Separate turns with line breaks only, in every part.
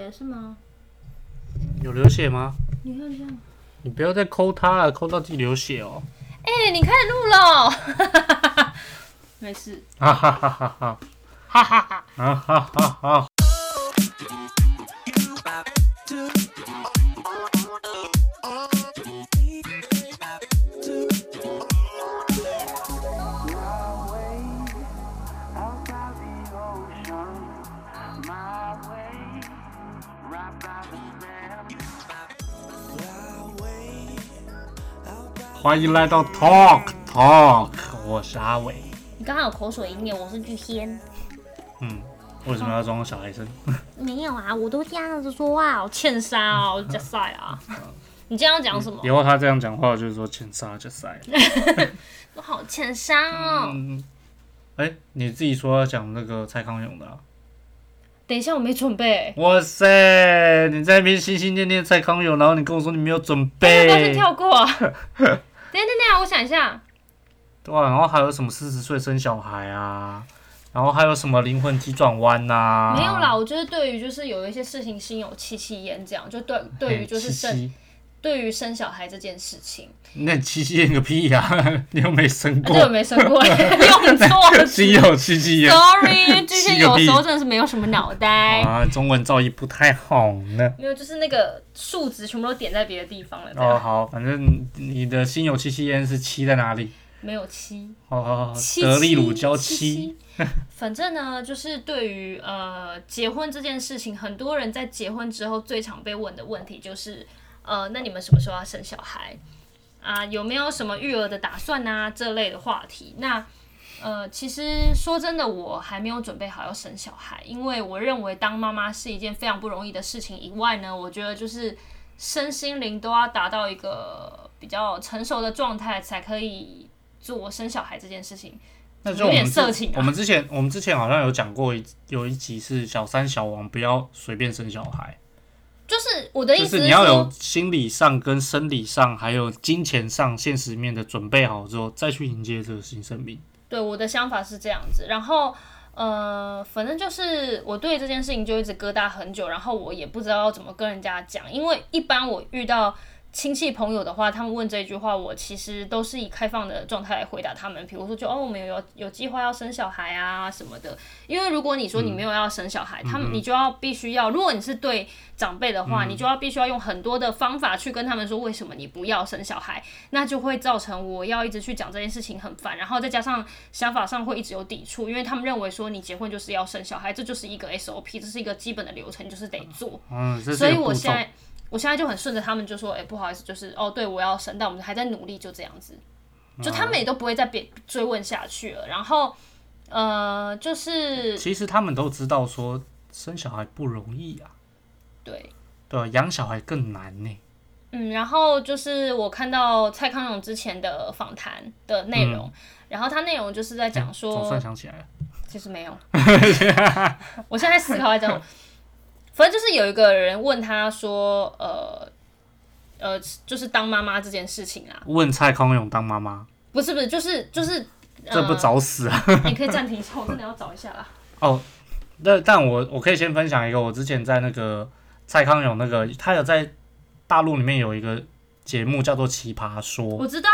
血是吗？
有流血吗？
你看这样，
你不要再抠它了，抠到自己流血哦！
哎、你开始录了， 没事。
哈哈哈哈哈，哈哈哈，哈哈哈哈。
My way out by the ocean. My way right by the sand.
欢迎来到 Talk Talk，我是阿伟。
你刚刚有口水音耶，我是巨仙。
嗯，为什么要装小孩声？
哦没有啊，我都这样子说话，我欠杀啊，我加赛 啊。你今天要讲什么
以？后他这样讲话，我就是说欠杀就塞。
我好欠杀哦。
嗯，哎、你自己说要讲那个蔡康永的、啊。
等一下，我没准备。
哇塞，你在那边心心念念蔡康永，然后你跟我说你没有准
要
备
不要，先跳过？等一下等一下，我想一下。
对啊，然后还有什么四十岁生小孩啊，然后还有什么灵魂急转弯呐、啊？
没有啦，我就是对于就是有一些事情心有戚戚焉，这样就对对于就是
嘿
生
哎七
对于生小孩这件事情，
夕，那七夕演个屁呀、 你又没生
啊、这我
过，
没生过， 用错 了。
心有戚戚焉
Sorry，巨蟹
七个
有
屁
时候真的是没有什么脑袋，
啊，中文造诣不太好呢。
没有就是那个数值全部都点在别的地方了，这样、
哦，好，反正你的心有戚戚焉是七在哪里？哦
没有七。
好好好，
七
德利乳胶
七
七，
七反正呢，就是对于呃结婚这件事情，很多人在结婚之后最常被问的问题就是，呃，那你们什么时候要生小孩啊？有没有什么育儿的打算啊？这类的话题。那呃，其实说真的，我还没有准备好要生小孩，因为我认为当妈妈是一件非常不容易的事情。以外呢，我觉得就是身心灵都要达到一个比较成熟的状态，才可以做生小孩这件事情。
那就
有
我
点
们
色
之
情啊
我们之前我们之前好像有讲过一有一集是小三小王不要随便生小孩，
就是我的意
就
思
是你要有
说，
心理上、跟生理上，还有金钱上、现实面的准备好之后，再去迎接这个新生命。
对我的想法是这样子。然后呃，反正就是我对这件事情就一直疙瘩很久，然后我也不知道要怎么跟人家讲，因为一般我遇到。亲戚朋友的话，他们问这句话，我其实都是以开放的状态来回答他们。比如说就，哦，我们有有有计划要生小孩啊什么的。因为如果你说
嗯
你没有要生小孩，他们你就要必须要，如果你是对长辈的话，
嗯
你就要必须要用很多的方法去跟他们说为什么你不要生小孩，那就会造成我要一直去讲这件事情很烦，然后再加上想法上会一直有抵触，因为他们认为说你结婚就是要生小孩，这就是一个 SOP，这是一个基本的流程，你就是得做。
嗯，这
所
是
以
一个
我
步
现
骤。
在我现在就很顺着他们，就说，哎、不好意思，就是哦，对我要生，但我们还在努力，就这样子，就他们
哦
也都不会再别追问下去了。然后，呃，就是
其实他们都知道说生小孩不容易啊，
对，
对吧、啊养小孩更难呢、
嗯，然后就是我看到蔡康永之前的访谈的内
嗯
容，然后他内容就是在讲说，
总算想起来了，
其实没 有，我现在在思考在讲什么，反正就是有一个人问他说，呃。呃，就是当妈妈这件事情啦，
问蔡康永当妈妈，
不是不是，就是就是，呃
这不找死啊！
你可以暂停一下，我真的要找一下啦。
哦，那但我我可以先分享一个，我之前在那个蔡康永那个，他有在大陆里面有一个节目叫做《奇葩说》，
我知道，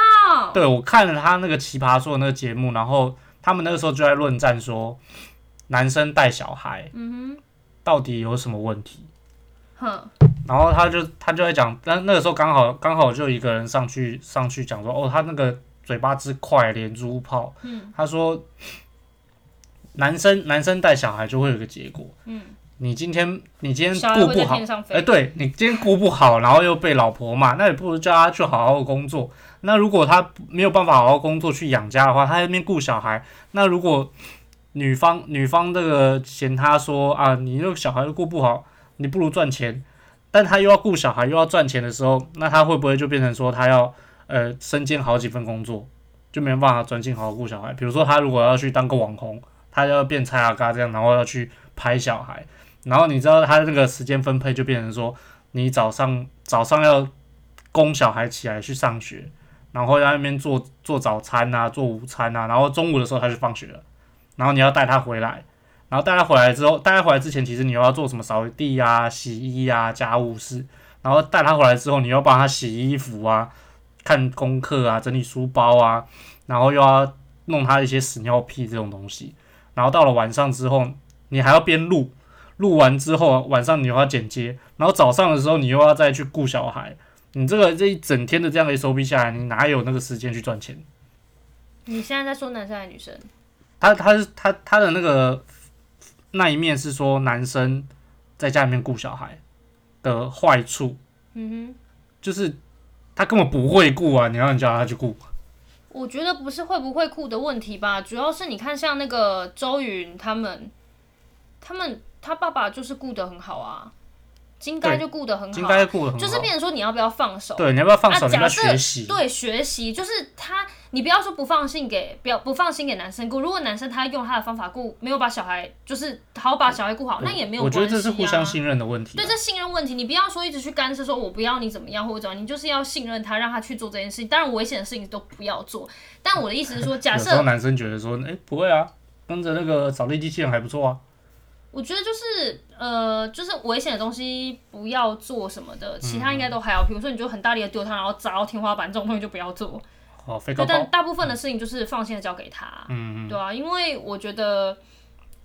对，我看了他那个《奇葩说》的那个节目，然后他们那个时候就在论战说，男生带小孩
嗯
到底有什么问题？
哼，嗯哼，
然后他就他就在讲，那那个时候刚好刚好就有一个人上去上去讲说，哦，他那个嘴巴之快，连珠炮。
嗯，
他说，男生男生带小孩就会有一个结果，
嗯，
你今天你今
小孩
天顾
会在
不好
天，上
哎、
飞，
对你今天顾不好，然后又被老婆骂，那也不如叫他去好好工作。那如果他没有办法好好工作去养家的话，他在那边顾小孩，那如果女方女方这个嫌他说啊，你这个小孩顾不好，你不如赚钱，但他又要顾小孩又要赚钱的时候，那他会不会就变成说他要呃身兼好几份工作，就没办法专心好好顾小孩？比如说他如果要去当个网红，他要变蔡阿嘎这样，然后要去拍小孩。然后你知道他那个时间分配就变成说，你早上早上要供小孩起来去上学，然后在那边做做早餐啊，做午餐啊，然后中午的时候他就放学了，然后你要带他回来，然后大家回来之后，大家回来之前，其实你又要做什么扫地啊、洗衣啊、家务事。然后带他回来之后，你又帮他洗衣服啊、看功课啊、整理书包啊，然后又要弄他一些屎尿屁这种东西。然后到了晚上之后，你还要边录，录完之后晚上你又要剪接，然后早上的时候你又要再去顾小孩。你这个这一整天的这样的 SOP 下来，你哪有那个时间去赚钱？
你现在在说男生还是女生？
他他是他他的那个那一面是说男生在家里面顾小孩的坏处，
嗯
就是他根本不会顾啊，你让人叫他去顾，
哼，我觉得不是会不会酷的问题吧，主要是你看像那个周云他们，他们他爸爸就是顾得很好啊，金该
对
就顾得很好
应
啊，
该顾得很好。
就是变成说你要不要放手，
对，你要不要放手？
啊
你要不
假
要
设
学习？
对学习，就是他，你不要说不放心给，不要不放心给男生顾。如果男生他用他的方法顾，没有把小孩就是好把小孩顾好，那也没有
我
关系、啊、
觉得这是互相。信任的问题啊、
对，这信任问题，你不要说一直去干涉，说我不要你怎么样或者怎么样，你就是要信任他，让他去做这件事情。当然，危险的事情都不要做。但我的意思是说，假
有时候
设
男生觉得说，哎、不会啊，跟着那个扫地机器人还不错啊。
我觉得就是呃，就是危险的东西不要做什么的，其他
嗯
应该都还好。比如说，你就很大力的丢他，然后砸到天花板这种东西就不要做。
哦，飞高
对，但
高，
大部分的事情就是放心的交给他。嗯对啊，因为我觉得，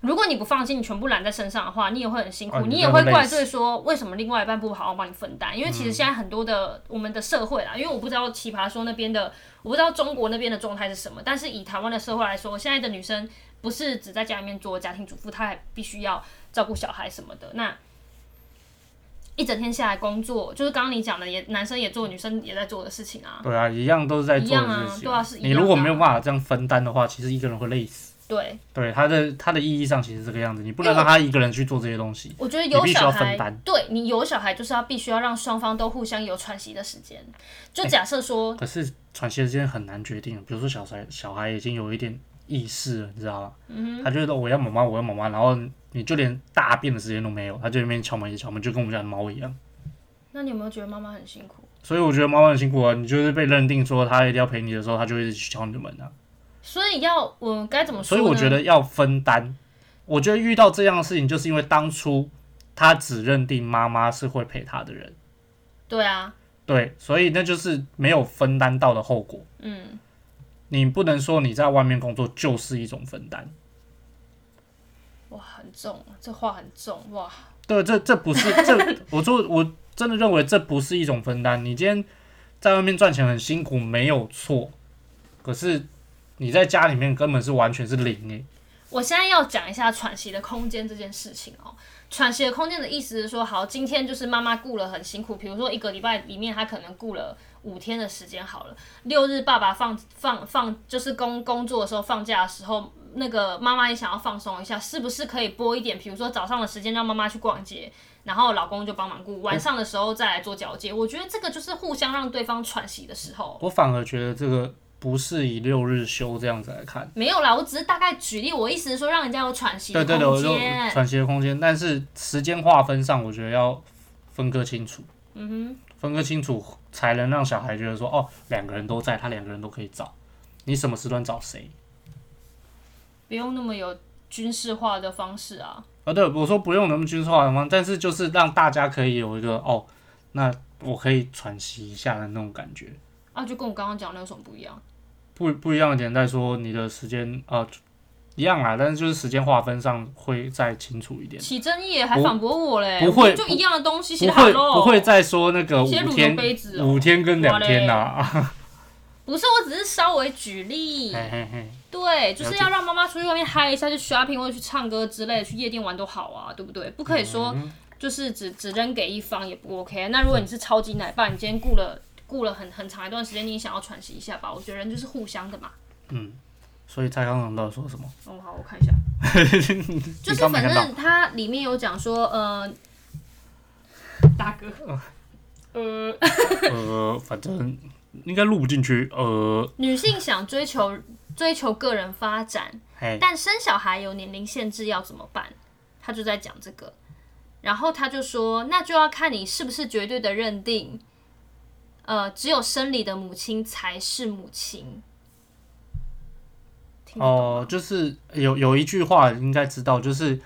如果你不放心，你全部揽在身上的话，你也会很辛苦，
啊你
你
真
也
的
会
累
怪
死嗯
罪说为什么另外一半不好好帮你分担。因为其实现在很多的、我们的社会啦，因为我不知道奇葩说那边的，我不知道中国那边的状态是什么，但是以台湾的社会来说，现在的女生不是只在家里面做家庭主妇，她还必须要照顾小孩什么的。那一整天下来工作，就是刚刚你讲的也，男生也做，女生也在做的事情啊。
对啊，一样都是在
一
做
样
的
啊
事情。
对啊是一
你
样
如果
的啊
没有办法这样分担的话，其实一个人会累死。
对，
对，他的他的意义上其实是这个样子，你不能让他一个人去做这些东西。
我觉得
你
有
必须要
小
分
孩
担，
对你有小孩就是要必须要让双方都互相有喘息的时间。
哎
就假设说，
可是喘息的时间很难决定，比如说小孩小孩已经有一点意识了，你知道吗？
嗯
他就说哦我要妈妈，我要妈妈，然后你就连大便的时间都没有，他就在那边敲门一直敲门，就跟我们家的猫一样。
那你有没有觉得妈妈很辛苦？
所以我觉得妈妈很辛苦啊，你就是被认定说她一定要陪你的时候，她就会一直去敲你的门啊。
所以要我该怎么说
所以
呢？
我觉得要分担。我觉得遇到这样的事情，就是因为当初他只认定妈妈是会陪他的人，
对啊，
对，所以那就是没有分担到的后果。
嗯，
你不能说你在外面工作就是一种分担，
哇，很重，这话很重哇。
对，这这不是 这，我说我真的认为这不是一种分担。你今天在外面赚钱很辛苦，没有错，可是你在家里面根本是完全是零欸诶、
我现在要讲一下喘息的空间这件事情哦。喘息的空间的意思是说，好，今天就是妈妈顾了很辛苦，比如说一个礼拜里面，她可能顾了五天的时间好了。六日爸爸放放放，就是工工作的时候放假的时候，那个妈妈也想要放松一下，是不是可以拨一点，比如说早上的时间让妈妈去逛街，然后老公就帮忙顾，晚上的时候再来做交接。我觉得这个就是互相让对方喘息的时候。
我反而觉得这个不是以六日休这样子来看。
没有啦，我只是大概举例，我意思是说让人家有喘息的
对
空间。
对对，我就喘息的空间，但是时间划分上，我觉得要分割清楚。嗯哼，分割清楚才能让小孩觉得说，哦，两个人都在，他两个人都可以找，你什么时段找谁？
不用那么有军事化的方式啊。
啊，对，我说不用那么军事化的方，但是就是让大家可以有一个哦，那我可以喘息一下的那种感觉。
啊，就跟我刚刚讲的有什么不一样？
不不一样的点在说你的时间啊、一样啊，但是就是时间划分上会再清楚一点。
起争议还
不
反驳我嘞，
不会
就一样的东西，
不
写好
会
喽。
不会再说那个五
先乳
天
牛杯子哦
五天跟两天啦、
不是，我只是稍微举例，
嘿嘿嘿，
对，就是
哎了解
要让妈妈出去外面嗨一下，去 shopping 或者去唱歌之类的，去夜店玩都好啊，对不对？不可以说
嗯
就是只只扔给一方也不 OK 啊。那如果你是超级奶爸，你今天顾了顾了很很长一段时间，你也想要喘息一下吧？我觉得人就是互相的嘛。
所以蔡康永到底说什么？
哦，好，我看一下，就
你
是
刚没
反
看到
正它里面有讲说，呃，大哥，呃，
呃，反正应该录不进去。呃，
女性想追求追求个人发展，
嘿，
但生小孩有年龄限制，要怎么办？他就在讲这个，然后他就说，那就要看你是不是绝对的认定，呃，只有生理的母亲才是母亲。听得懂
哦
吗，
就是有有一句话应该知道，就是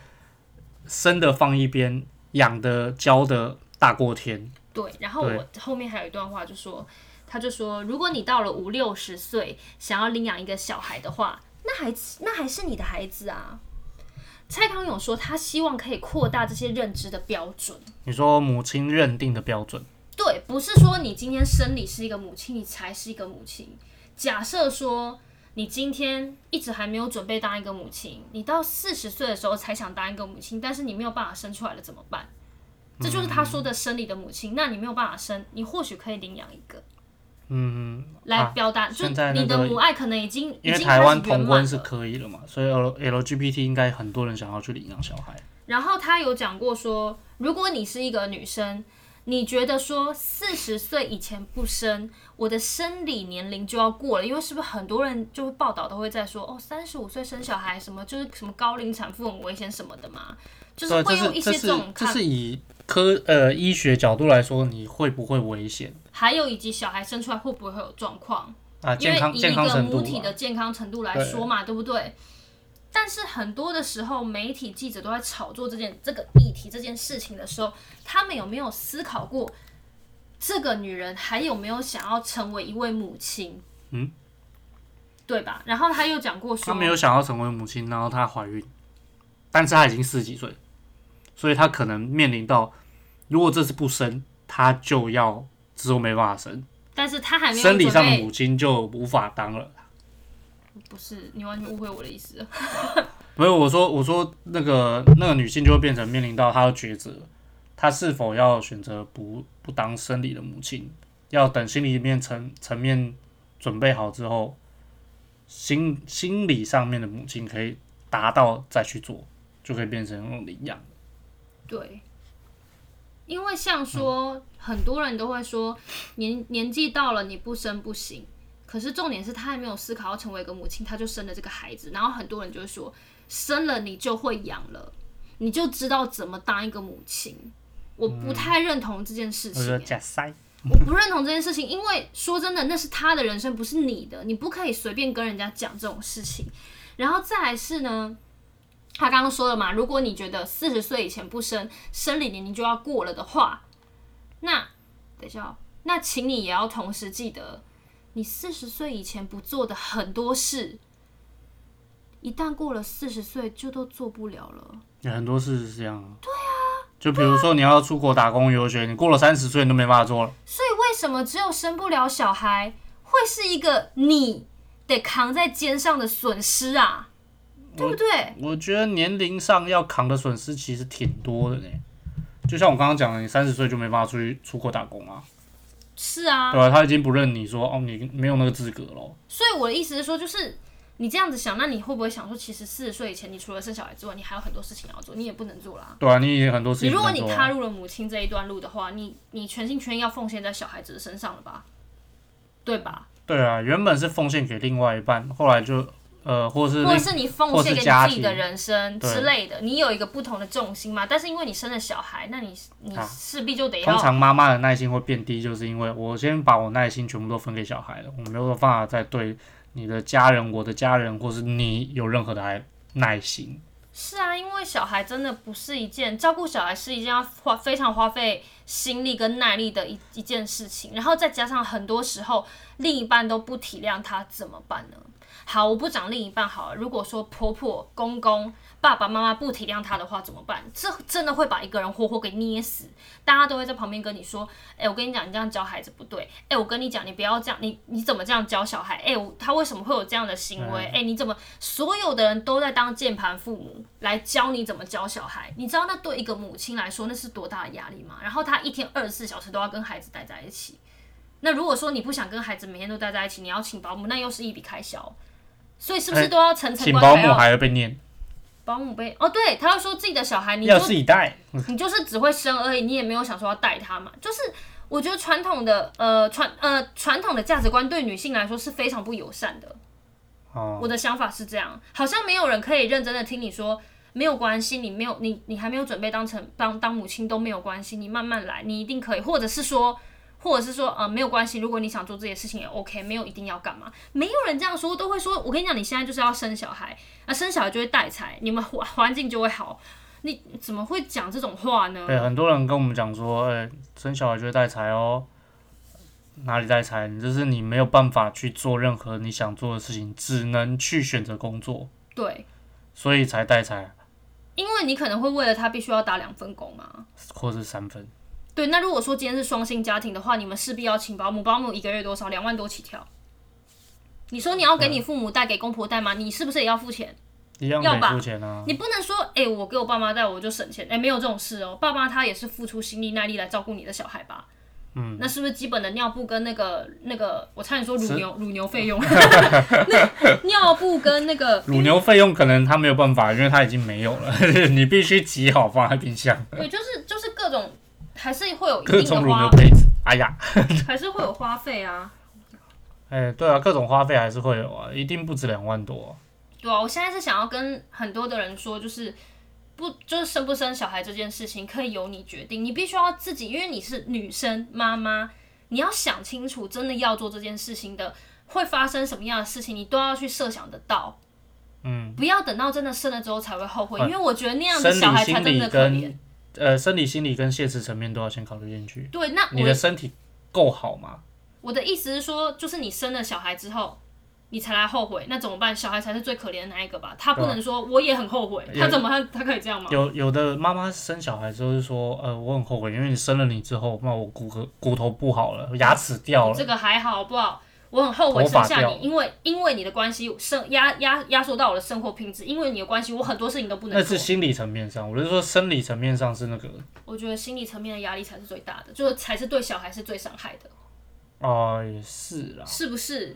生的放一边，养的教的大过天。
对，然后我后面还有一段话就说，他就说，如果你到了五六十岁，想要领养一个小孩的话，那还那还是你的孩子啊。蔡康永说，他希望可以扩大这些认知的标准。
你说母亲认定的标准，
对，不是说你今天生理是一个母亲，你才是一个母亲。假设说你今天一直还没有准备当一个母亲，你到四十岁的时候才想当一个母亲，但是你没有办法生出来了怎么办？这就是他说的生理的母亲。那你没有办法生，你或许可以领养一个
嗯，
来
啊
表达，就
现在那
你的
个
母爱可能已经
因
嗯已
为
经
台
开始
湾
圆
同
满
婚是
了。
可以了嘛，所以 L LGBT 应该很多人想要去领养小孩。
然后他有讲过说，如果你是一个女生，你觉得说四十岁以前不生，我的生理年龄就要过了，因为是不是很多人就是报道都会在说，哦，三十五岁生小孩什么就是什么高龄产妇很危险什么的嘛，就是
对，
会
这
用一
是这
些这
是
种
这
看，
是以科呃医学角度来说，你会不会危险
还有以及小孩生出来会不会会有状况。
啊？
因
健
为
康
以
健
一
康
个
程度
母
啊
体的健康程度来
对
说嘛，对不对？但是很多的时候，媒体记者都在炒作这件这个议题、这件事情的时候，他们有没有思考过，这个女人还有没有想要成为一位母亲？
嗯，
对吧？然后他又讲过说，
她没有想要成为母亲，然后她怀孕，但是她已经四十几岁，所以她可能面临到，如果这次不生，她就要之后没办法生，
但是他还没有
生理上
准
的
备
母亲就无法当了。
不是你完全误会我的意思了。
没有，我说我说那个那个女性就会变成面临到她的抉择，她是否要选择不不当生理的母亲，要等心里面层层面准备好之后，心心理上面的母亲可以达到再去做，就可以变成那种领养。
对，因为像说、很多人都会说年年纪到了你不生不行，可是重点是她还没有思考要成为一个母亲，她就生了这个孩子，然后很多人就会说生了你就会养了，你就知道怎么当一个母亲。我不太认同这件事
我
情、
说
欸
假塞，
我不认同这件事情，因为说真的，那是他的人生，不是你的，你不可以随便跟人家讲这种事情。然后再来是呢，他刚刚说了嘛，如果你觉得四十岁以前不生，生理年龄就要过了的话，那等一下、哦，那请你也要同时记得，你四十岁以前不做的很多事，一旦过了四十岁就都做不了了。
有很多事是这样啊。对啊，就比如说你要出国打工游学，你过了三十岁你都没办法做了。
所以为什么只有生不了小孩会是一个你得扛在肩上的损失啊？对不对？
我觉得年龄上要扛的损失其实挺多的呢。就像我刚刚讲的，你三十岁就没办法出去出国打工啊，
是啊
对，吧、他已经不认你说哦，你没有那个资格咯。
所以我的意思是说，就是你这样子想，那你会不会想说，其实四十岁以前，你除了生小孩之外，你还有很多事情要做，你也不能做啦。
对啊，你已经很多事
你
情
如
不
果
能
你
做
踏
啊。
入了母亲这一段路的话，你你全心全意要奉献在小孩子的身上了吧？对吧？
对啊，原本是奉献给另外一半，后来就呃，或是
或
那
者是你奉献给你自己的人生之类的，你有一个不同的重心嘛？但是因为你生了小孩，那你你
啊
势必就得要
通常妈妈的耐心会变低，就是因为我先把我耐心全部都分给小孩了，我没有办法再对你的家人、我的家人或是你有任何的爱耐心。
是啊，因为小孩真的不是一件照顾小孩是一件要花非常花费心力跟耐力的一一件事情，然后再加上很多时候另一半都不体谅他，怎么办呢？好，我不讲另一半好了。如果说婆婆、公公、爸爸妈妈不体谅他的话，怎么办？这真的会把一个人活活给捏死。大家都会在旁边跟你说：“哎、我跟你讲，你这样教孩子不对。哎、我跟你讲，你不要这样，你你怎么这样教小孩？哎、我他为什么会有这样的行为？哎、你怎么？所有的人都在当键盘父母来教你怎么教小孩，你知道那对一个母亲来说那是多大的压力吗？然后她一天二十四小时都要跟孩子待在一起。那如果说你不想跟孩子每天都待在一起，你要请保姆，那又是一笔开销。所以是不是
哎
都要层层
请
关啊
保
卡
姆
要
还会被念，
保姆被哦，对，他要说自己的小孩，你就
要是嗯以待。
你就是只会生而已，你也没有想说要带他嘛。就是我觉得传统的呃传呃传统的价值观对女性来说是非常不友善的。
哦，
我的想法是这样，好像没有人可以认真的听你说，没有关系，你没有你你还没有准备当成当当母亲都没有关系，你慢慢来，你一定可以，或者是说。或者是说呃没有关系，如果你想做这些事情也 OK，没有一定要干嘛，没有人这样说，都会说我跟你讲，你现在就是要生小孩，啊生小孩就会带财，你们环环境就会好，你怎么会讲这种话呢？
对，很多人跟我们讲说，哎、生小孩就会带财哦，哪里带财？你就是你没有办法去做任何你想做的事情，只能去选择工作，
对，
所以才带财
因为你可能会为了他必须要打两份工啊嘛。
或是三分。
对，那如果说今天是双薪家庭的话，你们势必要请保姆，保姆一个月多少？两万多起跳。你说你要给你父母带，给公婆带吗？你是不是也要付钱？
一样
要
得
吧
付钱啊！
你不能说，哎、我给我爸妈带，我就省钱，哎、没有这种事哦。爸妈他也是付出心力耐力来照顾你的小孩吧？嗯，那是不是基本的尿布跟那个那个，我差点说乳牛乳牛费 用，那尿布跟那个
乳牛费用可能他没有办法，因为他已经没有了， 你必须挤好放在冰箱，
对，就是就是各种还是会有一
各
定的
种乳
花
牛，胚子。哎呀，
还是会有花费啊。
哎、对啊，各种花费还是会有啊，一定不止两万多啊、
对啊，我现在是想要跟很多的人说，就是不就是生不生小孩这件事情可以由你决定，你必须要自己，因为你是女生妈妈，你要想清楚，真的要做这件事情的会发生什么样的事情，你都要去设想得到，
嗯，
不要等到真的生了之后才会后悔，
嗯
因为我觉得那样
生
的小
理、
孩才
心
真
理
的可怜。
跟呃生理、心理跟现实层面都要先考虑进去。
对，那
你的
我
身体够好吗？
我的意思是说，就是你生了小孩之后。你才来后悔，那怎么办？小孩才是最可怜的那一个吧？他不
对啊
能说我也很后悔，他
有
怎么他他可以这样吗？
有有的妈妈生小孩之后就说，呃，我很后悔，因为你生了你之后，那我骨骼骨头不好了，牙齿掉
这
了，
个还好，好不好？我很后悔
头发
生下
掉
你，
了
因为因为你的关系，生压压压缩到我的生活品质，因为你的关系，我很多事情都不
那
能
是
做。
心理层面上，我是说生理层面上是那个
我觉得心理层面的压力才是最大的，就是才是对小孩是最伤害的，
啊、也是啦
是不是？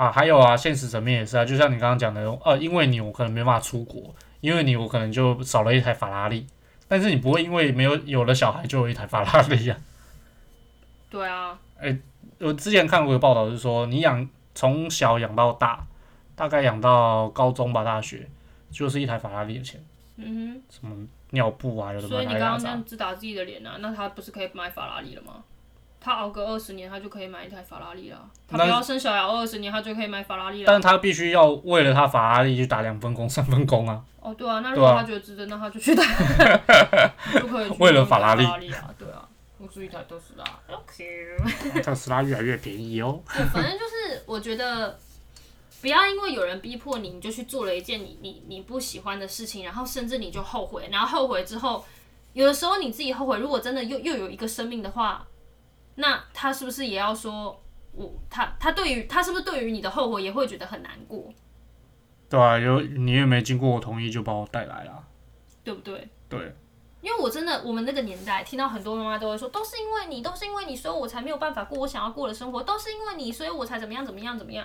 啊，还有啊，现实层面也是啊，就像你刚刚讲的，呃，因为你我可能没办法出国，因为你我可能就少了一台法拉利，但是你不会因为没有有了小孩就有一台法拉利啊呀、
对啊，
我之前看过一个报道，是说你养从小养到大，大概养到高中吧，大学就是一台法拉利的钱，
嗯
什么尿布啊，有
哼。
的
所以你
买
刚
拉
刚这
杂
样只打自己的脸啊，那他不是可以买法拉利了吗？他熬个二十年，他就可以买一台法拉利了。他
那
不要生小孩，熬二十年，他就可以买法拉利了
但。他必须要为了他法拉利去打两份工、三份 工啊，
哦，对啊，那如
对
果
啊
他觉得值得，那他就去 打，就可以去
为了
用
法拉利
啊，对啊，我注意台都是啊，OK。
特斯拉越来越便宜哦。
对，反正就是我觉得，不要因为有人逼迫你，你就去做了一件你你你不喜欢的事情，然后甚至你就后悔，然后后悔之后，有的时候你自己后悔，如果真的又又有一个生命的话，那他是不是也要说我他他对于他是不是对于你的后悔也会觉得很难过，
对啊，有你也没经过我同意就把我带来啦。
对不对？
对，
因为我真的，我们那个年代听到很多妈妈都会说，都是因为你，都是因为你，所以我才没有办法过我想要过的生活，都是因为你，所以我才怎么样怎么样怎么样。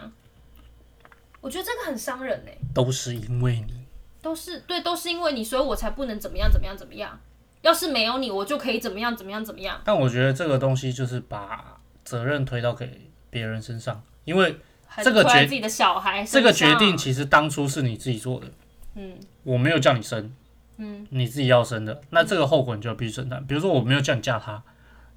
我觉得这个很伤人呢、欸
都是因为你。
都是对，都是因为你，所以我才不能怎么样怎么样怎么样。要是没有你，我就可以怎么样怎么样怎么样。
但我觉得这个东西就是把责任推到给别人身上，因为
还
这个
推在
决
自己的小孩
这
身上，
个决定其实当初是你自己做的。
嗯，
我没有叫你生，嗯，你自己要生的，那这个后果你就要必须承担。比如说我没有叫你嫁他，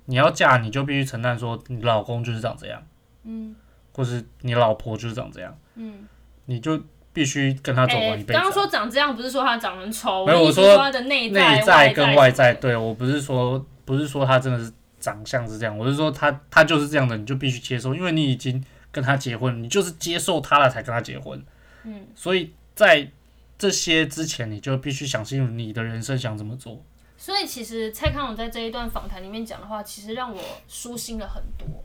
你要嫁你就必须承担说你老公就是长这样，
嗯，
或是你老婆就是长这样，
嗯，
你就必须跟他走完一辈子啊。
哎刚刚说长这样，不是说他长得很丑，
没有
的意思
我说
他的内
内
在
在跟外在，对我不是说不是说他真的是长相是这样，我是说他他就是这样的，你就必须接受，因为你已经跟他结婚，你就是接受他了才跟他结婚。
嗯，
所以在这些之前，你就必须想清楚你的人生想怎么做。
所以其实蔡康永在这一段访谈里面讲的话，其实让我舒心了很多。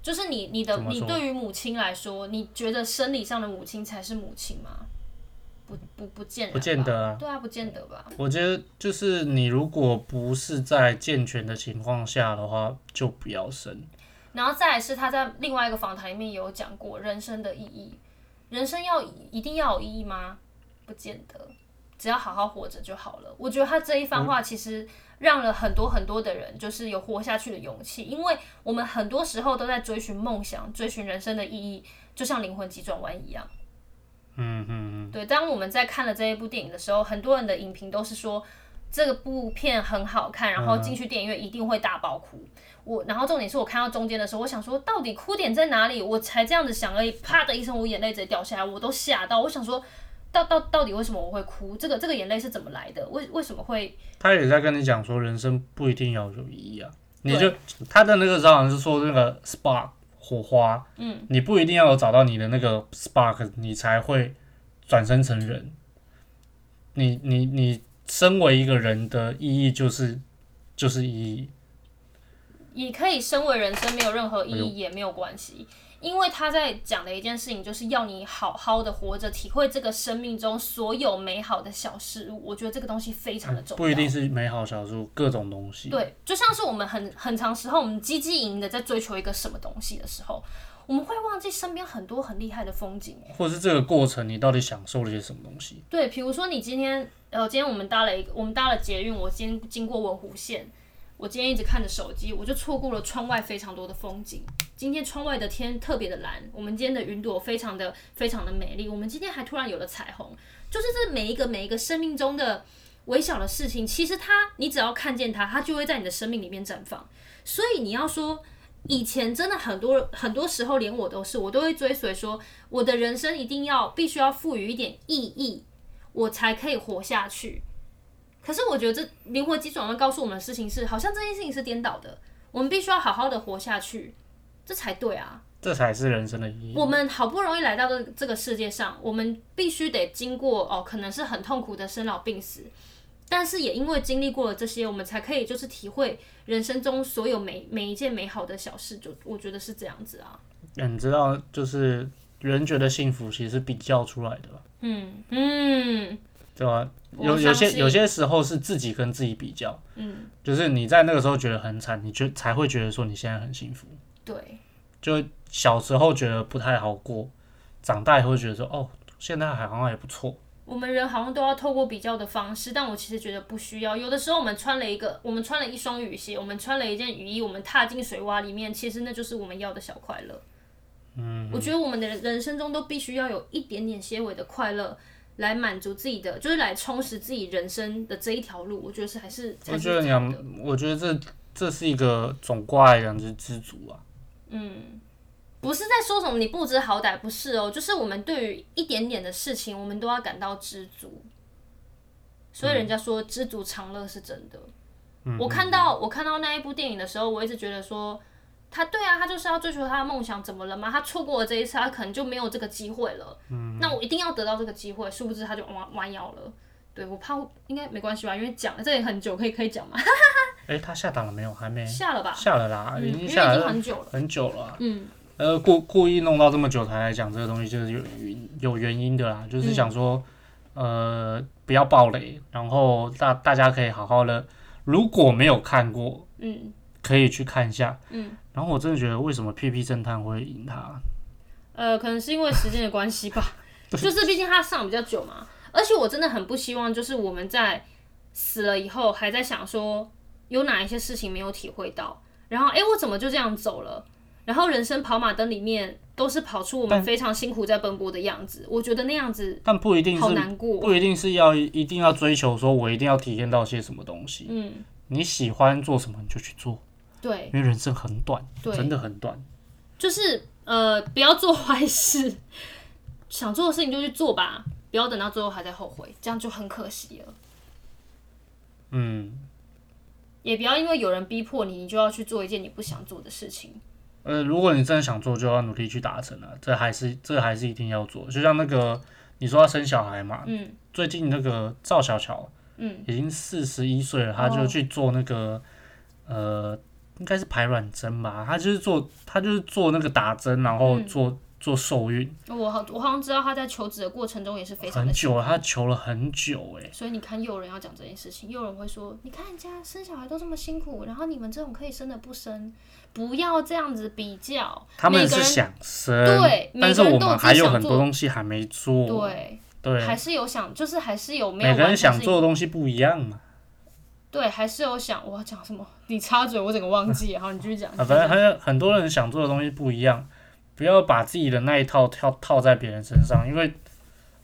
就是你你的
怎么
你
说
对于母亲来说，你觉得生理上的母亲才是母亲吗？不不不见然吧
不见得啊
对啊，不见得吧。
我觉得就是你如果不是在健全的情况下的话，就不要生。
然后再来是他在另外一个访谈里面有讲过人生的意义，人生要一定要有意义吗？不见得，只要好好活着就好了。我觉得他这一番话其实让了很多很多的人就是有活下去的勇气，因为我们很多时候都在追寻梦想，追寻人生的意义，就像灵魂急转弯一样。
嗯嗯嗯，
对，当我们在看了这一部电影的时候，很多人的影评都是说。这个部片很好看，然后进去电影院一定会大爆哭。我，然后重点是我看到中间的时候，我想说到底哭点在哪里？我才这样子想而已，啪的一声，我眼泪直接掉下来，我都吓到。我想说，到到到底为什么我会哭？这个这个眼泪是怎么来的？为为什么会？
他也在跟你讲说，人生不一定要有意义啊。你就他的那个好像是说那个 spark 火花，嗯，你不一定要有找到你的那个 spark，你才会转生成人。你你你身为一个人的意义就是就是意义，
也可以身为人生没有任何意
哎
义也没有关系，因为他在讲的一件事情就是要你好好的活着，体会这个生命中所有美好的小事物。我觉得这个东西非常的重要。
哎不一定是美好小数，各种东西。
对，就像是我们很很长时候，我们积极营营的在追求一个什么东西的时候，我们会忘记身边很多很厉害的风景。
或者是这个过程，你到底享受了些什么东西？
对，比如说你今天，呃，今天我们搭了一个，我们搭了捷运，我今天经过文湖线，我今天一直看着手机，我就错过了窗外非常多的风景。今天窗外的天特别的蓝，我们今天的云朵非常的非常的美丽，我们今天还突然有了彩虹，就是这每一个每一个生命中的微小的事情，其实它你只要看见它，它就会在你的生命里面绽放。所以你要说。以前真的很多很多时候，连我都是，我都会追随说，我的人生一定要必须要赋予一点意义，我才可以活下去。可是我觉得这灵活急转弯告诉我们的事情是，好像这件事情是颠倒的，我们必须要好好的活下去，这才对啊。
这才是人生的意义。
我们好不容易来到这这个世界上，我们必须得经过哦，可能是很痛苦的生老病死，但是也因为经历过了这些，我们才可以就是体会人生中所有每每一件美好的小事，就我觉得是这样子啊。
嗯你知道，就是人觉得幸福其实是比较出来的吧，
嗯嗯
对吧？
我
有有
相
些
信
有些时候是自己跟自己比较，
嗯，
就是你在那个时候觉得很惨，你就才会觉得说你现在很幸福。
对
就小时候觉得不太好过，长大以后觉得说哦，现在还好像也不错。
我们人好像都要透过比较的方式，但我其实觉得不需要。有的时候我们穿了一个，我们穿了一双雨鞋，我们穿了一件雨衣，我们踏进水洼里面，其实那就是我们要的小快乐。嗯，我觉得我们的人人生中都必须要有一点点些微的快乐，来满足自己的，就是来充实自己人生的这一条路。我觉得是还是才
我
是
觉得你
这样的
们，我觉得这这是一个总挂来讲就是知足啊，
不是在说什么你不知好歹，不是哦，就是我们对于一点点的事情，我们都要感到知足。所以人家说知足常乐是真的。
嗯
我看到我看到那一部电影的时候，我一直觉得说，他对啊，他就是要追求他的梦想，怎么了吗？他错过了这一次，他可能就没有这个机会了。
嗯
那我一定要得到这个机会，殊不知他就弯弯腰了。对我怕应该没关系吧，因为讲了这也很久，可以可以讲嘛，
诶，他下档了没有？还没
下了吧，
下了啦，
嗯，因
已
为已
经
经
下来了
很久了，
很久了啊、
嗯
呃，故故意弄到这么久才来讲这个东西，就是有有原因的啦，就是想说，呃，不要暴雷，然后大大家可以好好的，如果没有看过，
嗯
可以去看一下。
嗯。
然后我真的觉得，为什么《屁屁侦探》会赢他？
呃，可能是因为时间的关系吧， 就是毕竟它上比较久嘛，而且我真的很不希望，就是我们在死了以后还在想说有哪一些事情没有体会到，然后诶，我怎么就这样走了？然后人生跑马灯里面都是跑出我们非常辛苦在奔波的样子，我觉得那样子
但不一定
好
是，
难过。
不一定是要一定要追求说，我一定要体验到些什么东西。
嗯，
你喜欢做什么你就去做，
对
因，为人生很短，
对
真的很短。
就是呃，不要做坏事，想做的事情就去做吧，不要等到最后还在后悔，这样就很可惜了。
嗯，
也不要因为有人逼迫你，你就要去做一件你不想做的事情。
呃，如果你真的想做，就要努力去达成啊，这还是这还是一定要做。就像那个你说要生小孩嘛，
嗯
最近那个赵小乔
嗯，
已经四十一岁了，她就
哦
去做那个、呃，应该是排卵针吧，她就是做她就是做那个打针，然后
嗯
做、做受孕，
我好，我好像知道他在求职的过程中也是非常
很
的辛
久啊
苦
了，她求了很久哎、
所以你看，又有人要讲这件事情，又有人会说：“你看人家生小孩都这么辛苦，然后你们这种可以生的不生，不要这样子比较。”
他们
每个
是
人
想生，
对每
但是
个人
我
都有
们
自己
还有
想
很多
做
东西还没做，
对，
对
还是有想，就是还是有没有
每个
完
人
成
想
自己
做的东西不一样啊嘛。
对，还是有想我要讲什么？你插嘴，我整个忘记。好，你继续讲。
啊，反正很很多人想做的东西不一样，不要把自己的那一套套套在别人身上，因为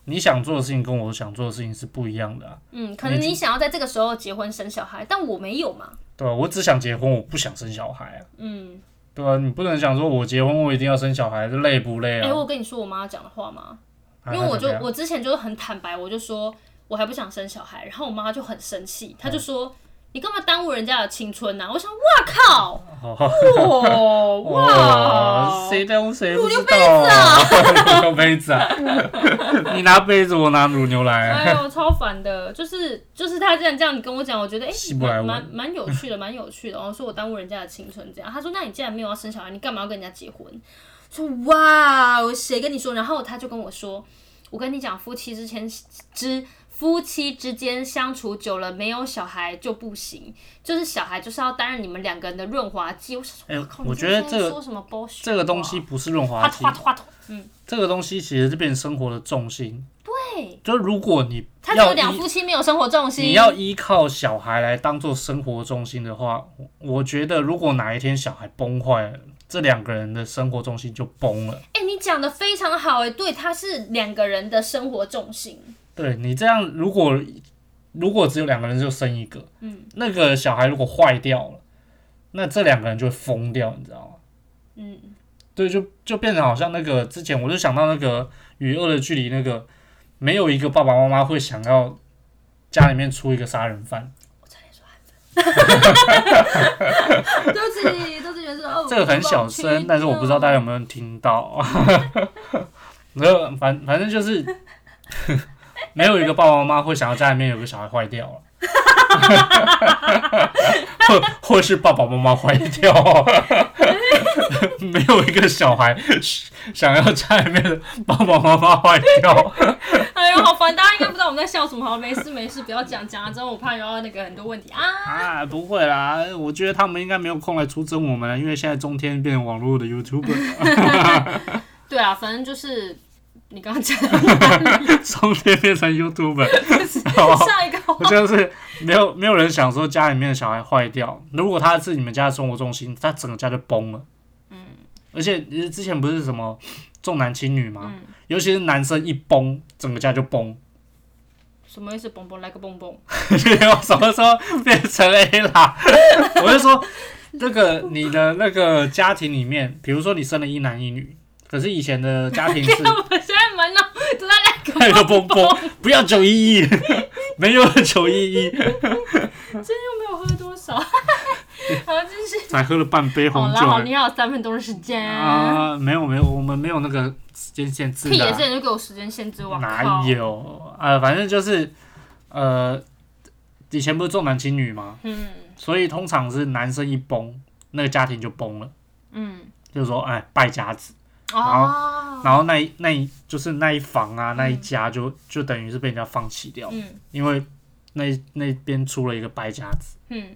你想做的事情跟我想做的事情是不一样的啊，
嗯，可能你想要在这个时候结婚生小孩，但我没有嘛。
对吧、我只想结婚，我不想生小孩啊，
嗯，
对吧、你不能想说我结婚我一定要生小孩，这累不累
哎、
啊？
我跟你说我妈讲的话吗？
啊
哎因为我
那
就
怎么样
我之前就是很坦白，我就说我还不想生小孩，然后我妈就很生气，她就
嗯
说、你干嘛耽误人家的青春呐、我想，哇 靠，哦哇
哇，
哇，
谁耽误谁
乳
不
牛
知道啊？乳牛杯子啊！ 你拿杯子，我拿乳牛啊来。
哎呦，超烦的，就是就是他这样这样你跟我讲，我觉得哎
西，伯来
蛮
文
蛮蛮有趣的，蛮有趣的。然后说我耽误人家的青春这样，他说那你既然没有要生小孩，你干嘛要跟人家结婚？说哇，谁跟你说？然后他就跟我说，我跟你讲，夫妻之前之夫妻之间相处久了，没有小孩就不行，就是小孩就是要担任你们两个人的润滑剂。我想说，
哎
哇靠
我
你
觉得
在
这个
说什么 bullshit 啊
这个东
话
西，不是润滑
哗
剂
哗，哗哗，嗯，
这个东西其实是变成生活的重心。
对，
就如果你
他只
要
有两
依
夫妻没有生活重心，
你要依靠小孩来当做生活重心的话，我我觉得如果哪一天小孩崩坏了，这两个人的生活重心就崩了。
哎、你讲的非常好哎、对，它是两个人的生活重心。
对你这样，如果如果只有两个人就生一个，
嗯，
那个小孩如果坏掉了，那这两个人就会疯掉，你知道吗？
嗯，
对，就就变成好像那个之前我就想到那个《与恶的距离》那个，没有一个爸爸妈妈会想要家里面出一个杀人犯，
我差点说韩粉，对不起，对不起，原是哦，
这个很小声，但是我不知道大家有没有听到。 没有，反反正就是没有一个爸爸妈妈会想要家里面有个小孩坏掉了。或或是爸爸妈妈坏掉， 没有一个小孩想要家里面的爸爸妈妈坏掉。
哎呦，好烦，大家应该不知道我们在笑什么。好，没事没事，不要讲，讲了之后我怕然后那个很多问题啊。
啊，不会啦，我觉得他们应该没有空来出征我们了，因为现在中天变成网络的 YouTuber，
对啊，反正就是你刚刚讲
中天变成 YouTuber，哦
上一个话
我 就是没有没有人想说家里面的小孩坏掉，如果他是你们家的生活重心，他整个家就崩了。嗯，而且呃之前不是什么重男轻女吗？
嗯
尤其是男生一崩，整个家就崩。
什么意思？蹦蹦来个蹦蹦，
我什么时候变成 A 啦？ 我就说，那个你的那个家庭里面，比如说你生了一男一女，可是以前的家 庭是
哎我现在满脑子在
还
两
有
个
蹦
蹦
蹦
蹦，，
不要九一一，没有九一一，
没有喝多 少，好，继续。
才喝了半杯
好
红
啦，
酒
好，
而已
你还有三分钟的时间。
啊！没有没有，我们没有那个时间限制
屁
的
也
啊
之，前就给我时间限制，我靠
哪！有？呃，反正就是呃，以前不是重男轻女吗？
嗯
所以通常是男生一崩，那个家庭就崩了，
嗯，
就是说哎败家子。
哦，
然后那一那一就是那一房啊，
嗯
那一家就、就等于是被人家放弃掉，
嗯
因为那那边出了一个败家子，
嗯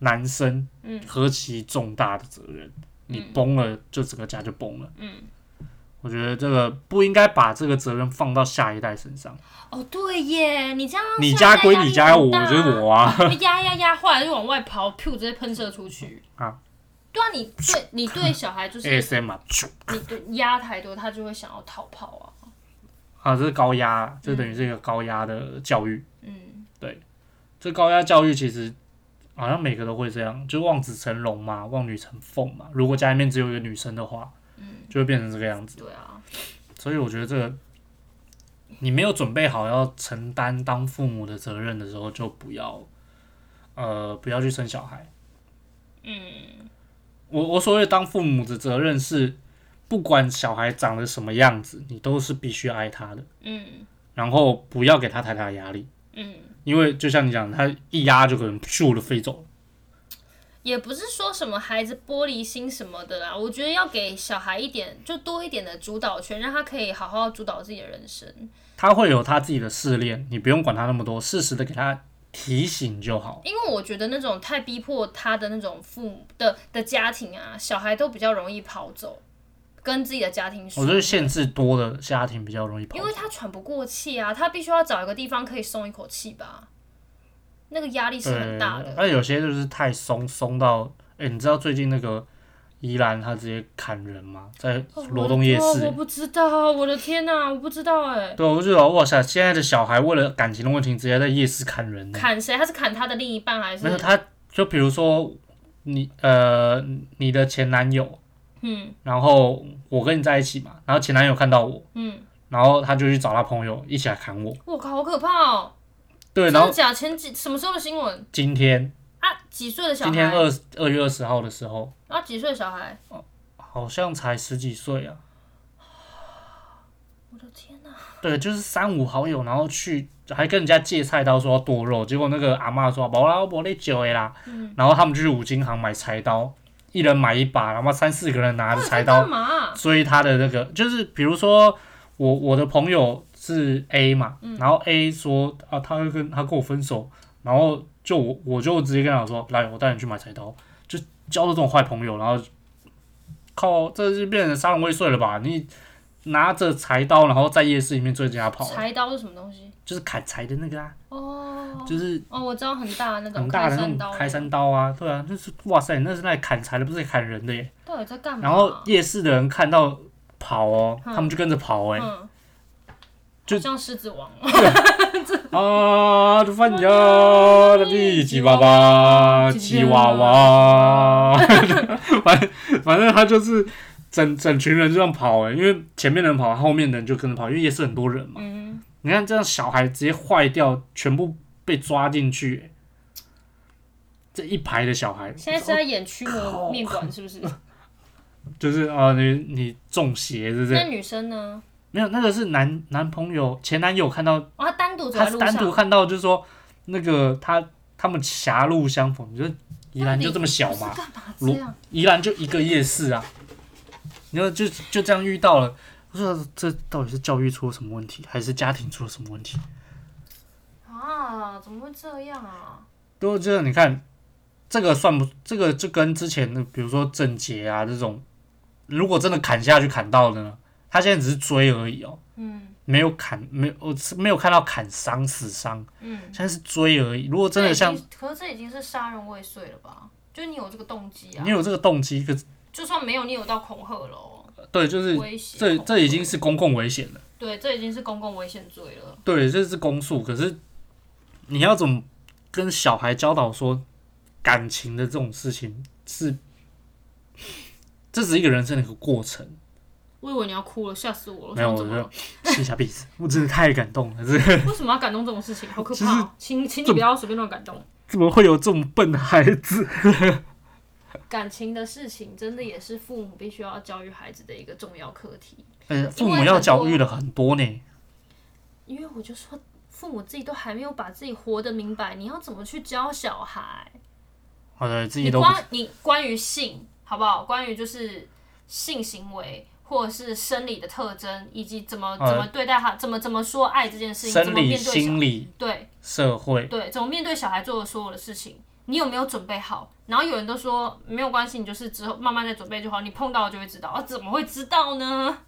男生
嗯
何其重大的责任，你
嗯
崩了就整个家就崩了。
嗯，
我觉得这个不应该把这个责任放到下一代身上，
哦对耶，你这样
你家归你家，我
就
就是我啊。
压压压坏了就往外跑，噗直接喷射出去
啊！
对啊，你对你对小孩就是
ASM 啊，啾
你对压太多，他就会想要逃跑啊。
啊，这是高压，这等于是一个高压的教育。
嗯
这高压教育其实好像每个都会这样，就望子成龙嘛，望女成凤嘛。如果家里面只有一个女生的话，
嗯，
就会变成这个样子。
对啊，
所以我觉得这个你没有准备好要承担当父母的责任的时候，就不要呃不要去生小孩。
嗯
我我所谓当父母的责任是，不管小孩长得什么样子，你都是必须爱他的，
嗯
然后不要给他太大的压力，
嗯，
因为就像你讲，他一压就可能咻的飞走了。
也不是说什么孩子玻璃心什么的啦，我觉得要给小孩一点，就多一点的主导权，让他可以好好主导自己的人生。
他会有他自己的试炼，你不用管他那么多，适时的给他提醒就好。
因为我觉得那种太逼迫他的那种父母的的家庭啊，小孩都比较容易跑走，跟自己的家庭说。
我觉得限制多的家庭比较容易跑
因。为他喘不过气啊，他必须要找一个地方可以松一口气吧。那个压力是
对，
很大的，
那有些就是太松松到，哎、你知道最近那个宜兰他直接砍人嘛，在
哦
罗东夜
我的
市、
我不知道，我的天哪、我不知道哎、
对，我就觉得哇塞，现在的小孩为了感情的问题，直接在夜市砍人呢。
砍谁？他是砍他的另一半还是？
没有，他就比如说你呃你的前男友，
嗯
然后我跟你在一起嘛，然后前男友看到我，
嗯，
然后他就去找他朋友一起来砍我。
我靠，好可怕哦！
对，
真
然后
的假？前几什么时候的新闻
今天
啊？几岁的小孩？
今天二二月二十号的时候，
啊，几岁的小孩？
好像才十几岁啊。
我的天哪、
对，就是三五好友，然后去还跟人家借菜刀说要剁肉，结果那个阿嬷说无啦，我那酒的啦，
嗯
然后他们就去五金行买柴刀，一人买一把，然后三四个人拿着
到底
柴
在
刀
干嘛啊、
追他的那个，就是比如说我我的朋友是 A 嘛，
嗯
然后 A 说啊，他会跟他跟我分手，然后就我我就直接跟他说，来，我带你去买菜刀，就交了这种坏朋友，然后靠，这就变成杀人未遂了吧？你拿着柴刀，然后在夜市里面追人家跑，
柴刀是什么东西？
就是砍柴的那个啊，
哦
就是
哦，我知道很大的那
很
种
大
开
的那
山
种
刀，
开山刀啊，对啊，那是哇塞，那是来砍柴的，不是砍人的耶。
到底在干嘛、
然后夜市的人看到跑哦，
啊嗯
他们就跟着跑哎、
嗯，
就
好像狮子王哦，
啊，这饭家的比吉娃娃，吉娃娃， 反反正他就是整整群人就这样跑哎、因为前面的人跑，后面的人就跟着跑，因为夜市很多人嘛。
嗯，
你看这样小孩直接坏掉，全部被抓进去欸、这一排的小孩，
现在是在演驱魔面馆是不 是？
就是啊、你你中邪是不
那
是？
女生呢？
没有，那个是男男朋友前男友看到
哦，她单独走
他
在
是
路
单独
上，
看到，就是说那个他他们狭路相逢，就是宜兰就这么小
不
嘛
是，干嘛这
如
样？
宜兰就一个夜市啊，然后就就这样遇到了。不知道这到底是教育出了什么问题，还是家庭出了什么问题？
啊，怎么会这样啊？
都这个你看，这个算不？这个就跟之前的，比如说郑捷啊这种，如果真的砍下去砍到的呢，他现在只是追而已哦，
嗯
没有砍，没有我是没有看到砍伤死伤，
嗯，
现在是追而已。如果真的像
这已经，可是这已经是杀人未遂了吧？就是你有这个动机啊
你，有这个动机，可是
就算没有，你有到恐吓了哦，
对，就是
威胁
这
恐吓
这已经是公共危险了，
对，这已经是公共危险罪了。
对，这是公诉。可是你要怎么跟小孩教导说感情的这种事情是，这只是一个人生的一个过程。
我以为你要哭了，吓死我了！
没有，
想
我
怎么了
就吸一下鼻子，我真的太感动了，这
为什么要感动这种事情？好可
其
怕、
实
哦！请请你
这
不要随便乱感动。
怎么会有这种笨孩子？
感情的事情真的也是父母必须要教育孩子的一个重要课题。
呃，父母要教育了很多呢。
因为我就说，父母自己都还没有把自己活得明白，你要怎么去教小孩？
好的，自己
你
都不
关你关于性好不好？关于就是性行为。或者是生理的特征，以及怎么怎
呃
么对待他，怎么怎么说爱这件事情，怎
生
么
理、
面对小
心理、
对，
社会，
对，怎么面对小孩做的所有的事情，你有没有准备好？然后有人都说没有关系，你就是之后慢慢再准备就好，你碰到了就会知道。啊，怎么会知道呢？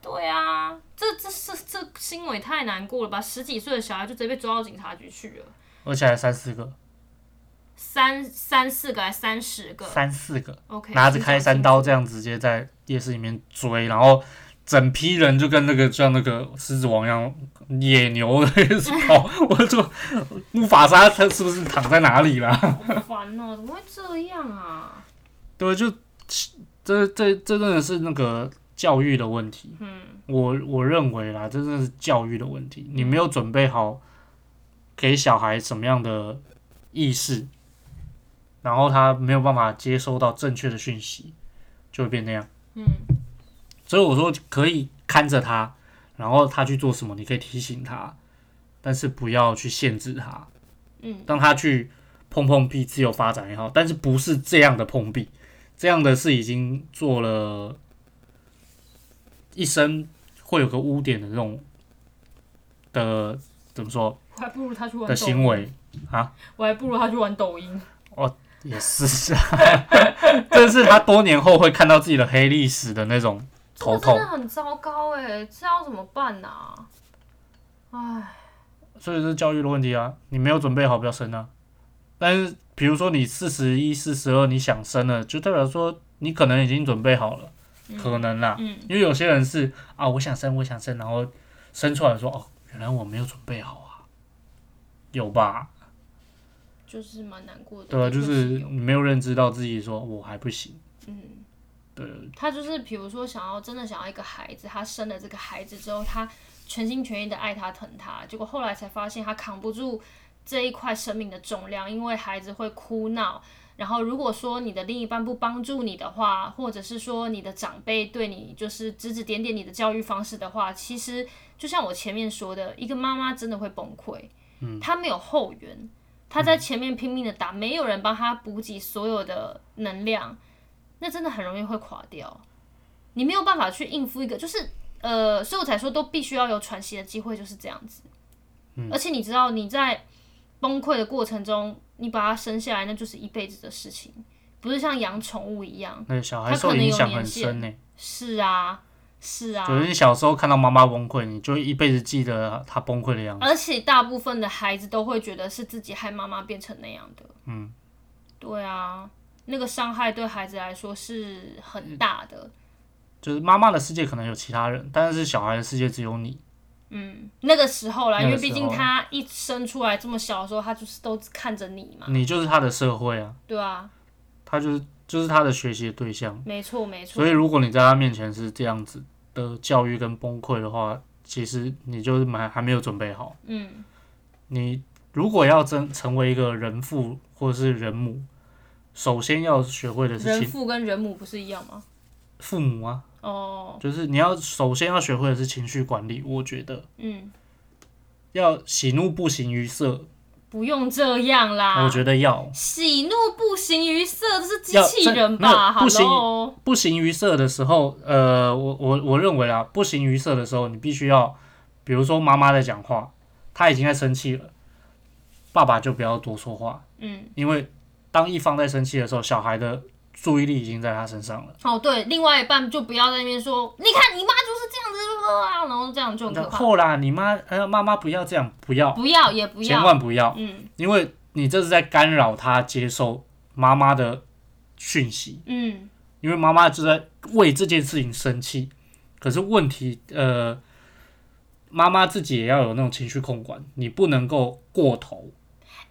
对啊，这这这这新闻也太难过了吧！十几岁的小孩就直接被抓到警察局去了，
而且还三四个，
三三四个还三十个
三四个。
，OK，
拿着开山刀这样直接在夜市里面追，然后整批人就跟那个像那个狮子王一样野牛的一直跑，我就木法沙他是不是躺在哪里啦？
好烦哦，怎么会这样啊？
对，就这这这真的是那个教育的问题，
嗯，
我我认为啦，这真的是教育的问题，你没有准备好给小孩什么样的意识，然后他没有办法接收到正确的讯息，就会变那样。
嗯，
所以我说可以看着他，然后他去做什么，你可以提醒他，但是不要去限制他，
嗯，
让他去碰碰壁，自由发展也好，但是不是这样的碰壁，这样的是已经做了一生会有个污点的这种的怎么说
我还不如他去玩
的行为，
我还不如他去玩抖音。
也 是啊，这是他多年后会看到自己的黑历史的那种
这个
头
真
痛
的。很糟糕哎、这要怎么办呐、唉，
所以这是教育的问题啊，你没有准备好不要生啊。但是比如说你四十一、四十二，你想生了，就代表说你可能已经准备好了，可能啦，
嗯
因为有些人是啊，我想生，我想生，然后生出来说哦，原来我没有准备好啊，有吧？
就是蛮难过的。
对啊，
的确
就是
有
没有认知到自己说我还不行，
嗯，
对，
他就是比如说想要真的想要一个孩子，他生了这个孩子之后，他全心全意的爱他疼他，结果后来才发现他扛不住这一块生命的重量，因为孩子会哭闹。然后，如果说你的另一半不帮助你的话，或者是说你的长辈对你就是指指点点你的教育方式的话，其实就像我前面说的，一个妈妈真的会崩溃，嗯，她没有后援，她在前面拼命的打，没有人帮她补给所有的能量，那真的很容易会垮掉。你没有办法去应付一个，就是呃，所以我才说都必须要有喘息的机会，就是这样子。而且你知道你在崩溃的过程中，你把它生下来，那就是一辈子的事情，不是像养宠物一样。
那小
嗯
孩
他可
受
能
影
有
响
年
很
限
深呢、
是啊，是啊，
就是你小时候看到妈妈崩溃，你就一辈子记得她崩溃的样子。
而且大部分的孩子都会觉得是自己害妈妈变成那样的。嗯，对啊，那个伤害对孩子来说是很大的。
就是妈妈的世界可能有其他人，但是小孩的世界只有你。
嗯，那个时候啦，因
那
为
个时候
毕竟他一生出来这么小的时候，他就是都看着你嘛，
你就是他的社会啊，
对啊，
他就是就是他的学习的对象。
没错没错
所以，如果你在他面前是这样子的教育跟崩溃的话，其实你就是蛮还没有准备好。
嗯，
你如果要真成为一个人父或者是人母，首先要学会的是
人
情
父跟人母不是一样吗？
父母啊，
哦，
就是你要首先要学会的是情绪管理。我觉得
嗯，
要喜怒不形于色，
不用这样啦，
哎我觉得要。
喜怒不形于色，这是机
要
器
这
人
没有
吧
不行
？Hello，
不行于色的时候，呃，我我我认为啊，不行于色的时候，你必须要，比如说妈妈在讲话，她已经在生气了，爸爸就不要多说话，
嗯，
因为当一方在生气的时候，小孩的注意力已经在他身上了。
哦对，另外一半就不要在那边说，你看你妈就是这样子啊，然后这样就很可
然
怕，
后啦，你妈呃妈妈不要这样，不要，
不要也不
千
要，
万不要，
嗯
因为你这是在干扰他接受妈妈的讯息，
嗯，
因为妈妈就在为这件事情生气。可是问题，呃，妈妈自己也要有那种情绪控管，你不能够过头。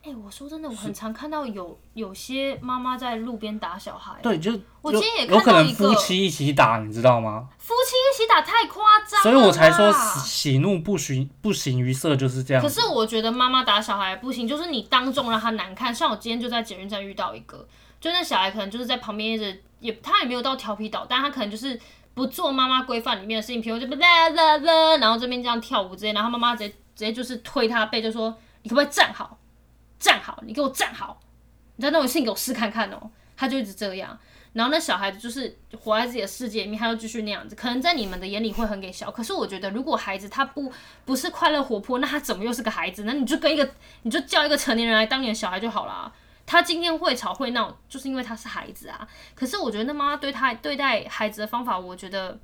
哎、我说真的，我很常看到有有些妈妈在路边打小孩，
对，就是
我
有
今天也
有
看
可
到
能
一个
夫妻一起打，你知道吗？
夫妻一起打太夸张了
所
啦，
以我才说喜喜怒不形不形于色就是这样
可
子。
是我觉得妈妈打小孩不行，就是你当众让他难看。像我今天就在捷运站遇到一个，就那小孩可能就是在旁边一直也他也没有到调皮捣蛋，他可能就是不做妈妈规范里面的事情，比如就啦啦啦，然后这边这样跳舞之类，然后妈妈直接直接就是推他背，就说你可不可以站好，站好，你给我站好，你再弄一次你给我试看看哦。他就一直这样，然后那小孩子就是活在自己的世界里面，他就继续那样子。可能在你们的眼里会很给小，可是我觉得如果孩子他不不是快乐活泼，那他怎么又是个孩子呢？那你就跟一个，你就叫一个成年人来当你的小孩就好啦。他今天会吵会闹，就是因为他是孩子啊。可是我觉得那妈妈对他对待孩子的方法，我觉得嘖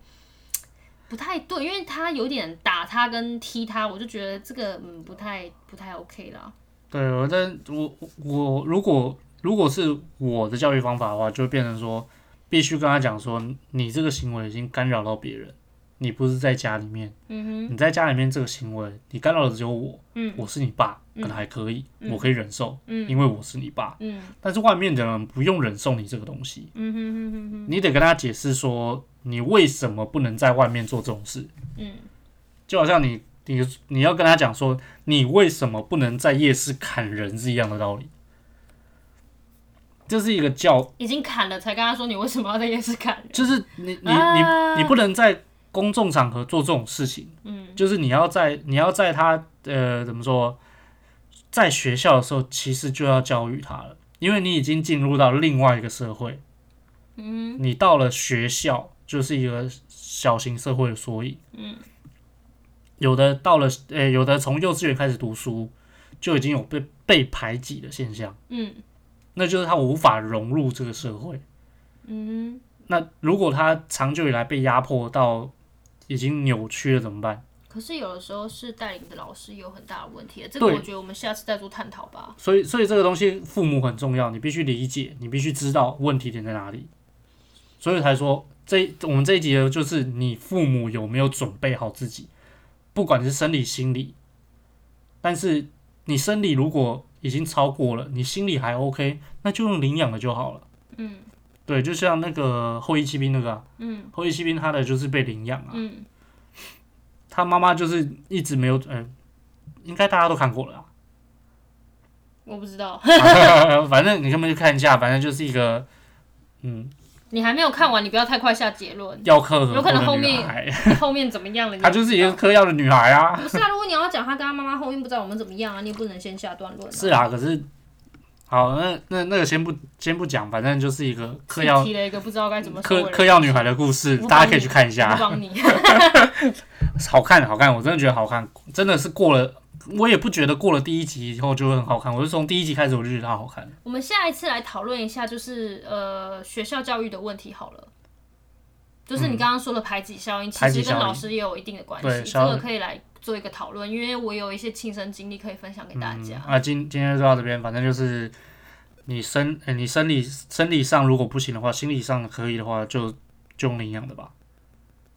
不太对，因为他有点打他跟踢他，我就觉得这个嗯不太不太 OK 啦。
对，我但我我如果如果是我的教育方法的话，就变成说必须跟他讲说，你这个行为已经干扰到别人，你不是在家里面。
嗯
你在家里面这个行为，你干扰的只有我，
嗯
我是你爸，可能还可以，我可以忍受，因为我是你爸
哼，。嗯
但是外面的人不用忍受你这个东西，
嗯哼哼哼哼，
你得跟他解释说，你为什么不能在外面做这种事。
嗯，
就好像你你你要跟他讲说，你为什么不能在夜市砍人是一样的道理。这是一个教，
已经砍了才跟他说你为什么要在夜市砍人？
就是你你
啊
你你不能在公众场合做这种事情。
嗯
就是你要在你要在他呃怎么说，在学校的时候，其实就要教育他了，因为你已经进入到另外一个社会，
嗯
你到了学校就是一个小型社会的缩影。
嗯，
有的到了呃，有的从幼稚园开始读书，就已经有被被排挤的现象，
嗯
那就是他无法融入这个社会。
嗯哼。
那如果他长久以来被压迫到已经扭曲了怎么办？
可是有的时候是带领的老师有很大的问题，这个我
对
觉得我们下次再做探讨吧。
所以，所以这个东西父母很重要，你必须理解，你必须知道问题点在哪里。所以才说这我们这一集的就是你父母有没有准备好自己，不管是生理心理，但是你生理如果已经超过了，你心理还 OK，那就用领养的就好了。
嗯
对，就像那个后裔骑兵那个、啊，
嗯
后裔骑兵他的就是被领养啊，
嗯，
他妈妈就是一直没有，嗯、应该大家都看过了啊。
我不知道，
反正你根本就看一下，反正就是一个，嗯，，
你还没有看完，你不要太快下结论
药嗑和
有可能
的
后
女
面
孩，
后面怎么样了？你
她就是一
也
个
不知
嗑药的女孩 啊
道。不是啊，如果你要讲他跟他妈妈后面不知道我们怎么样啊，你也不能先下断论、啊。
是啊，可是好，那那那个先不先不讲，反正就是一个嗑
自己
药
提了一个不知道该怎么说
嗑
的人
嗑药女孩的故事
我，帮
大家可以
你
去看一
我
下，
帮 你，
好看好看，我真的觉得好看，真的是过了，我也不觉得过了第一集以后就会很好看，我是从第一集开始我就觉得它好看。
我们下一次来讨论一下，就是呃学校教育的问题好了。就是你刚刚说的排挤效应，
嗯排
其
挤
实跟
效应
老师也有一定的关
对
系，这
效
个可以来做一个讨论，因为我有一些亲身经历可以分享给大家。
啊，今今天就到这边，反正就是你生、呃你生理生理上如果不行的话，心理上可以的话就就用领养的吧。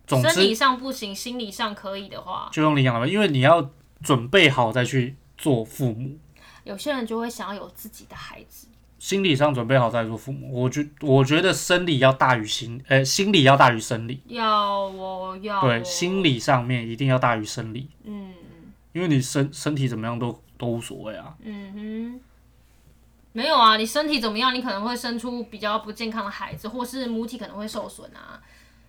总
生理
之
上不行，心理上可以的话，
就用领养的吧，因为你要准备好再去做父母，
有些人就会想要有自己的孩子。
心理上准备好再做父母。我觉我觉得生理要大于心，呃，心理要大于生理，
要哦，要哦
对，心理上面一定要大于生理，
嗯
因为你身身体怎么样都都无所谓啊。
嗯哼，没有啊，你身体怎么样，你可能会生出比较不健康的孩子，或是母体可能会受损啊。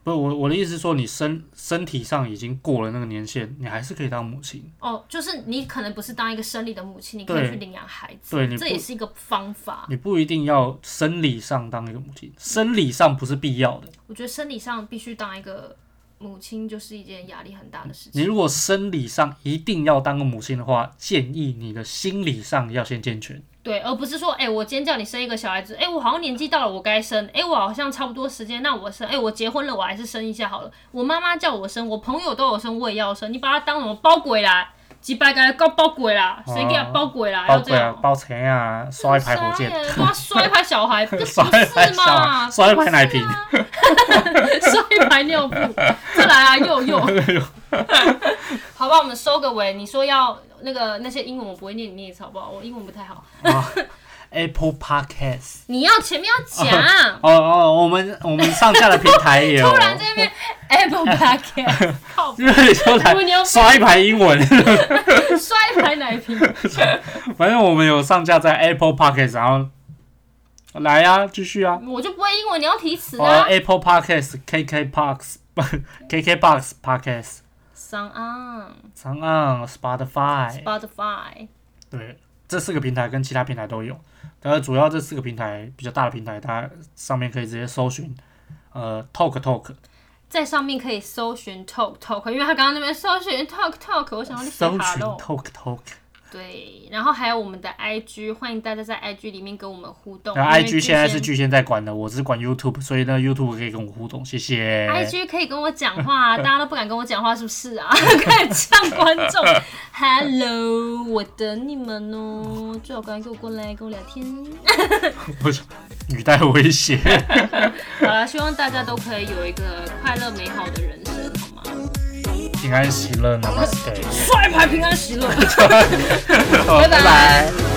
不是我我的意思是说，你身身体上已经过了那个年限，你还是可以当母亲。
哦，就是你可能不是当一个生理的母亲，你可以
对
去领养孩子，
对你
这
不
也是一个方法。
你不一定要生理上当一个母亲，生理上不是必要的。
我觉得生理上必须当一个母亲，就是一件压力很大的事
你
情。
如果生理上一定要当个母亲的话，建议你的心理上要先健全。
对，而不是说，哎、我今天叫你生一个小孩子，哎、我好像年纪到了，我该生，哎、我好像差不多时间，那我生，哎、我结婚了，我还是生一下好了。我妈妈叫我生，我朋友都有生，我也要生。你把它当什么包鬼啦，几百个高包鬼啦，谁给他包鬼啦？
包
要这
鬼啊，
样。
包钱啊，刷一排火箭，
哇，啊摔一排小 孩，不是
刷一排小
嘛？啊
孩，刷一排奶瓶，
摔一排尿布，再来啊，又 又。好吧，我们收个尾。你说要那个那些英文我不会念，你念一次好不好？我英文不太好。
Apple Podcast。
你要前面要 讲，
哦哦，我们我们上架的平台也 有
突。然这边 Apple Podcast，靠 北，
因为说来刷一排英文，
摔一排奶瓶。
反正我们有上架在 Apple Podcast，然后来啊，继续啊。
我就不会英文，你要提词
哦
啊。
，Apple Podcast、KK Box、KK Box Podcast、
Sound on
长按 Spotify，
Spotify，
对，这四个平台跟其他平台都有，但是主要这四个平台比较大的平台，它上面可以直接搜寻，呃，Talk
哦
Talk，
在上面可以搜寻 Talk Talk，因为他刚刚那边搜寻 Talk Talk，我想要你
搜寻
Hello。
Talk Talk，
对，然后还有我们的 IG，欢迎大家在 IG 里面跟我们互动。
然
因
后
为
IG 现在是
先
巨仙在管的，我只管 YouTube，所以呢 YouTube 可以跟我互动，谢谢。
IG 可以跟我讲话、啊，大家都不敢跟我讲话，是不是啊？ 可以呛观 众，Hello，我等你们哦，最好赶快给我过来跟我聊天。
我想语带威胁，
好了，希望大家都可以有一个快乐美好的人生，好吗？
平安喜乐，Namaste，
帅牌平安喜乐。
拜
拜。